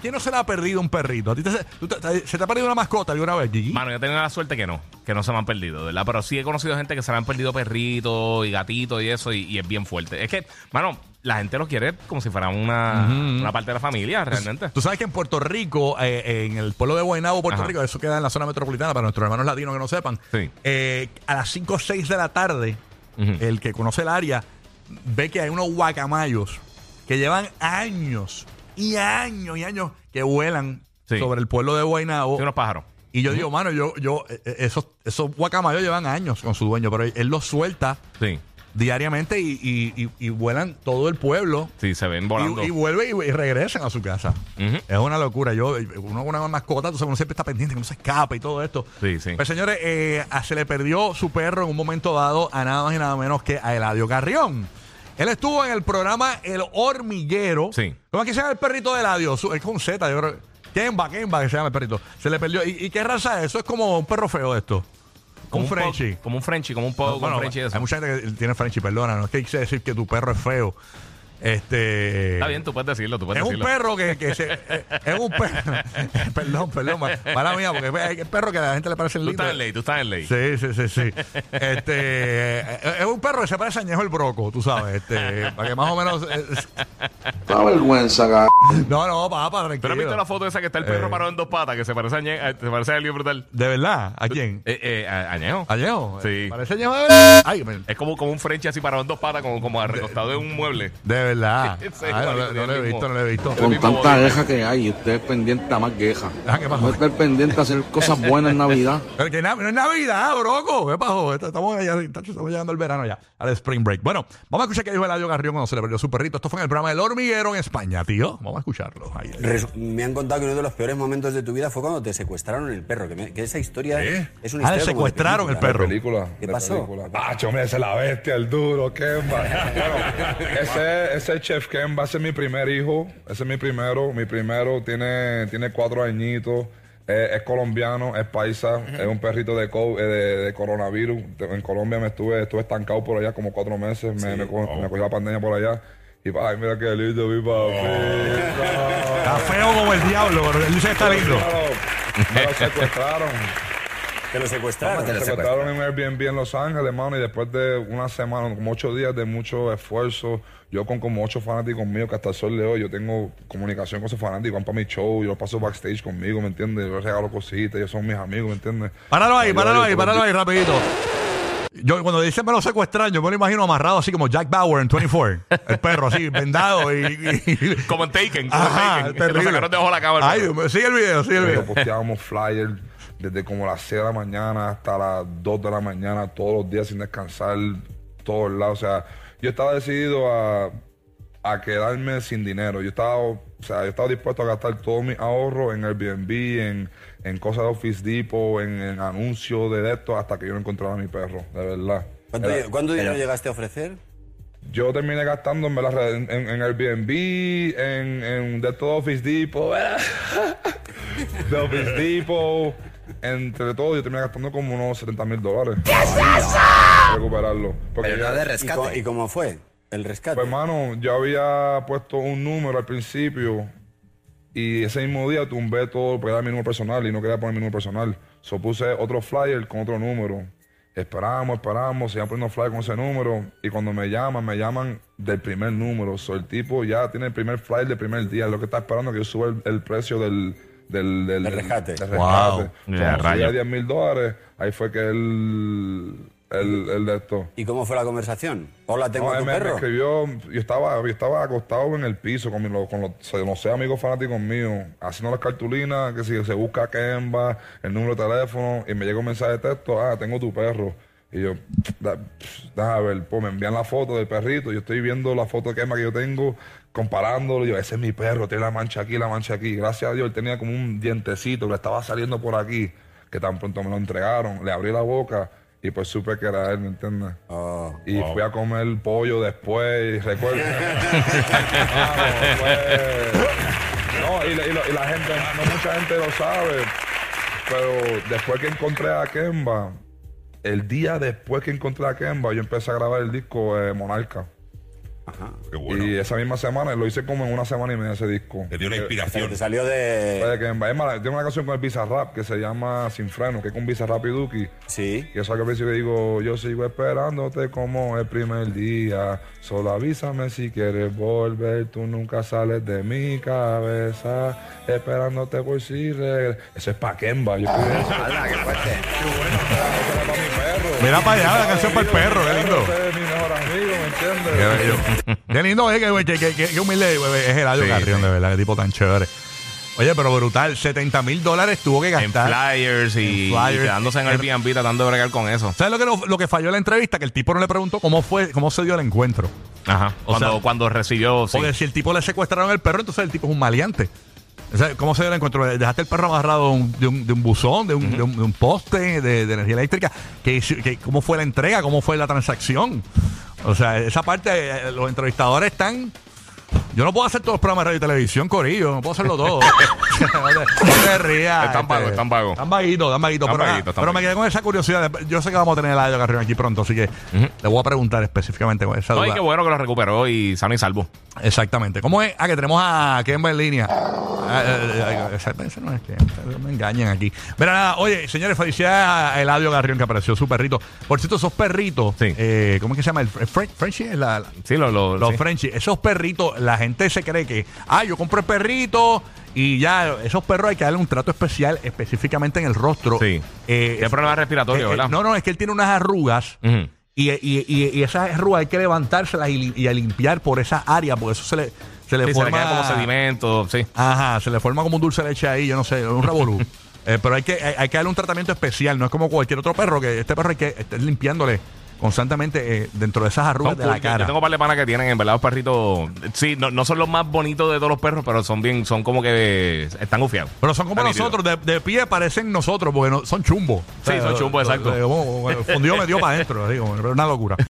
¿Quién no se la ha perdido un perrito? ¿A ti te, tú te- te- ¿Se te ha perdido una mascota alguna vez, Gigi? Mano, yo he tenido la suerte que no, que no se me han perdido, de ¿verdad? Pero sí he conocido gente que se le han perdido perritos y gatitos y eso, y, y es bien fuerte. Es que, mano, la gente los quiere como si fueran una, una parte de la familia, realmente. Tú sabes que en Puerto Rico, eh, en el pueblo de Guaynabo, Puerto Ajá. Rico, eso queda en la zona metropolitana, para nuestros hermanos latinos que no sepan, Sí. eh, a las 5 o 6 de la tarde, Ujú. el que conoce el área ve que hay unos guacamayos que llevan años y años y años que vuelan Sí. sobre el pueblo de Guaynabo. Sí, unos pájaros. Y yo digo, mano, yo, yo, eh, eh, esos, esos guacamayos llevan años con su dueño, pero él los suelta Sí, diariamente y, y- y- y vuelan todo el pueblo sí, se ven volando. y, y vuelven y, y regresan a su casa. Ujú. Es una locura. Yo, uno con una mascota, tú sabes, uno siempre está pendiente que no se escape y todo esto. Sí, sí. Pues señores, eh, a- se le perdió su perro en un momento dado a nada más y nada menos que a Eladio Carrión. Él estuvo en el programa El Hormiguero. Sí. ¿Cómo es que se llama el perrito de Eladio? Su- Es con Z, yo creo. Kemba, Kemba, que se llama el perrito. Se le perdió. ¿Y, y qué raza es? Eso es como un perro feo esto. un po- Frenchie. Como un Frenchie, como un poco, Bueno, un Frenchie de eso. hay mucha gente que tiene Frenchie, perdona, no es que quise decir que tu perro es feo. Este. Está bien, tú puedes decirlo, tú puedes Es un decirlo. perro que, que se, eh, es un perro. perdón, perdón, ma- mala mía, porque hay perro que a la gente le parece Tú lindo. estás en ley, tú estás en ley. Sí, sí, sí, sí. Este, eh, es un perro que se parece a Ñejo el Broco, tú sabes, este, para que más o menos eh, Ah, Una vergüenza, cabrón. No, no, papá, ¿Tú no tranquilo. has visto la foto esa que está el perro Eh. parado en dos patas, que se parece a, Ñe- a- se parece a Elio Brutal? ¿De verdad? ¿A quién? Eh, eh, a, a Ñejo. ¿A Ñejo? Sí. Parece Ñejo de verdad. Ay, me- Es como, como un Frenchie así parado en dos patas, como, como recostado de un mueble. de verdad. Sí, Ay, no, le- no le he visto, no le he visto. Con Con tanta tanta queja que hay, usted pendiente a más queja. Ah, ¿qué pasó? No estar pendiente a hacer cosas buenas en Navidad. Pero que na- no es Navidad, broco. ¿Qué pasó? Esto- Estamos, ya- tacho, estamos llegando al verano ya, al spring break. Bueno, vamos a escuchar qué dijo Eladio Carrión cuando se le perdió su perrito. Esto fue en el programa El Hormiguero en España, tío. Vamos a escucharlo. Ahí, ahí. Resu- Me han contado que uno de los peores momentos de tu vida fue cuando te secuestraron el perro. Que, me- que esa historia ¿Eh? es Ah, una historia. le como de secuestraron el película. perro. película. ¿Qué de pasó? película. Nacho, hombre, ese es la bestia, el duro, Kemba. bueno, ese, ese chef Kemba, ese es mi primer hijo. Ese es mi primero. Mi primero tiene, tiene cuatro añitos. eh, es colombiano, es paisa, es un perrito de, co- eh, de, de coronavirus. Te- En Colombia me estuve, estuve estancado por allá como cuatro meses. Me, me, co- Oh. me cogió la pandemia por allá. Y ay, mira qué lindo, mi papi. Está feo como el diablo, pero él dice que está lindo. Claro, Me Te lo secuestraron. lo secuestraron. Me secuestraron en un Airbnb en Los Ángeles, hermano, y después de una semana, como ocho días de mucho esfuerzo, yo con como ocho fanáticos míos que hasta el sol de hoy, yo tengo comunicación con esos fanáticos, van para mi show, yo los paso backstage conmigo, ¿me entiendes? Yo les regalo cositas, ellos son mis amigos, ¿me entiendes? Páralo ahí, Yo- páralo yo- ahí, yo- páralo ahí, rapidito. Yo cuando dicen me lo secuestran, yo me lo imagino amarrado así como Jack Bauer en 24. El perro así, vendado y... y- Como en Taken. Como en Ajá, Taken. terrible. Lo sacaron debajo de la cámara. Ay, Dios mío, sigue el video, sigue el Nosotros video. posteábamos flyers desde como las 6 de la mañana hasta las 2 de la mañana, todos los días sin descansar, todos lados. O sea, yo estaba decidido a, a quedarme sin dinero. Yo estaba, o sea, yo estaba dispuesto a gastar todos mis ahorros en Airbnb, en, en cosas de Office Depot, en, en anuncios de esto, hasta que yo no encontrara a mi perro, de verdad. ¿Cuánto, Era- di- cuánto dinero llegaste a ofrecer? yo terminé gastando en, verdad, en, en- en Airbnb, en, en de todo Office Depot, de Office Depot. Entre todo, yo terminé gastando como unos 70 mil dólares. ¿Qué es eso? Recuperarlo. Porque Pero ya- no de ¿Y, co- rescate. y cómo fue el rescate? pues, hermano, yo había puesto un número al principio y ese mismo día tumbé todo porque era mi número personal y no quería poner mi número personal. So puse otro flyer con otro número. Esperamos, esperamos, seguían poniendo flyer con ese número y cuando me llaman, me llaman del primer número. So el tipo ya tiene el primer flyer del primer día. Lo que está esperando es que yo suba el, el precio del... Del, del, Del rescate. del Wow. rescate. Ya, Cuando subí a rayo. 10 mil dólares, ahí fue que él, él, él de esto. ¿Y cómo fue la conversación? Hola, tengo No, a él tu me, me perro. escribió, yo estaba, yo estaba acostado en el piso con, mi- lo- con los, se- no sé, amigos fanáticos míos, haciendo las cartulinas, que si se busca Kemba, el número de teléfono, y me llega un mensaje de texto, ah, tengo tu perro. Y yo, da- pff, déjame ver, pues me envían la foto del perrito, yo estoy viendo la foto de Kemba que yo tengo, comparándolo, y yo, ese es mi perro, tiene la mancha aquí, la mancha aquí. Gracias a Dios, él tenía como un dientecito que le estaba saliendo por aquí, que tan pronto me lo entregaron, le abrí la boca, y pues supe que era él, ¿me entiendes? Oh. Y fui a comer pollo después, y recuerdo. Mano, fue- No, y, la- y la- y la gente, no mucha gente lo sabe, pero después que encontré a Kemba, el día después que encontré a Kemba, yo empecé a grabar el disco eh, Monarca. Qué bueno. Y esa misma semana, lo hice como en una semana y media ese disco. Te dio una O sea, inspiración. te salió de. Oye, que en Baema, tengo una canción con el Bizarrap que se llama Sin Freno, que es con Bizarrap y Duki. Sí. Y eso es al principio que digo, yo sigo esperándote como el primer día. Solo avísame si quieres volver, tú nunca sales de mi cabeza. Esperándote por si regre- Eso es pa' Kemba. Yo escribí eso. Ala, qué fuerte. Eso era pa' mi perro. Mira para allá, la canción para el perro, qué lindo. Usted es mi mejor amigo, ¿me entiendes? Qué bello. Qué lindo, eh, que, que, que- que- que humilde eh, es el Eladio Sí, Carrión, sí. de verdad, qué tipo tan chévere. Oye, pero brutal, 70 mil dólares tuvo que En gastar. flyers y, En flyers. y quedándose en Airbnb tratando de bregar con eso. ¿Sabes lo que, lo, lo que falló en la entrevista? Que el tipo no le preguntó cómo fue, cómo se dio el encuentro. Ajá. O Cuando, sea- cuando recibió. Oh, sí. Porque si el tipo le secuestraron el perro, entonces el tipo es un maleante. O sea, ¿Cómo se dio el encuentro? Dejaste el perro amarrado de un, de un- de un buzón, de un, de un- de un poste de, de energía eléctrica. ¿Qué hizo- qué- ¿Cómo fue la entrega? ¿Cómo fue la transacción? O sea, esa parte, eh, los entrevistadores están... Yo no puedo hacer todos los programas de radio y televisión, Corillo. No puedo hacerlo todo. no te- no te rías. Están vagos, este. están vagos. Están vaguitos, están vaguitos. Están Pero, nada, vaguitos, están pero me quedé con esa curiosidad. Yo sé que vamos a tener el audio Carrión aquí pronto, así que le voy a preguntar específicamente con esa duda. Ay, qué bueno que lo recuperó y sano y salvo. Exactamente. ¿Cómo es? Ah, que tenemos a Kemba en línea. Ah, eh, eh, Exacto, ese no es Kemba. No me engañen aquí. Mira, nada, oye, señores, felicidades a Eladio Garrión que apareció su perrito. Por cierto, esos perritos, Sí. eh, ¿cómo es que se llama? ¿El Fre- Fre- Frenchie? Es la- la- Sí, lo, lo, los sí. Frenchies. Esos perritos, la gente se cree que, ah, yo compré perrito y ya, esos perros hay que darle un trato especial específicamente en el rostro. Sí. Eh, Tiene problemas respiratorios, eh, eh, ¿verdad? No, no, es que él tiene unas arrugas. Ujú. Y, y, y, y esas arrugas hay que levantárselas y, li- y a limpiar por esa área, porque eso se le, se le Sí, se le forma. queda como sedimento, sí. Ajá, se le forma como un dulce de leche ahí, yo no sé, un revolú. Eh, pero hay que, hay, hay que darle un tratamiento especial, no es como cualquier otro perro, que este perro hay que estar limpiándole constantemente eh, dentro de esas arrugas Son de la cool. Yo- cara. Yo tengo un par de panas que tienen, en verdad, los perritos. Sí, no, no son los más bonitos de todos los perros, pero son bien, son como que están ufiados. Pero son como Están nosotros, de, de pie parecen nosotros, porque no- son chumbos. Sí, son chumbos, exacto. eh, como- como- fundido me dio para adentro, digo, pero una locura.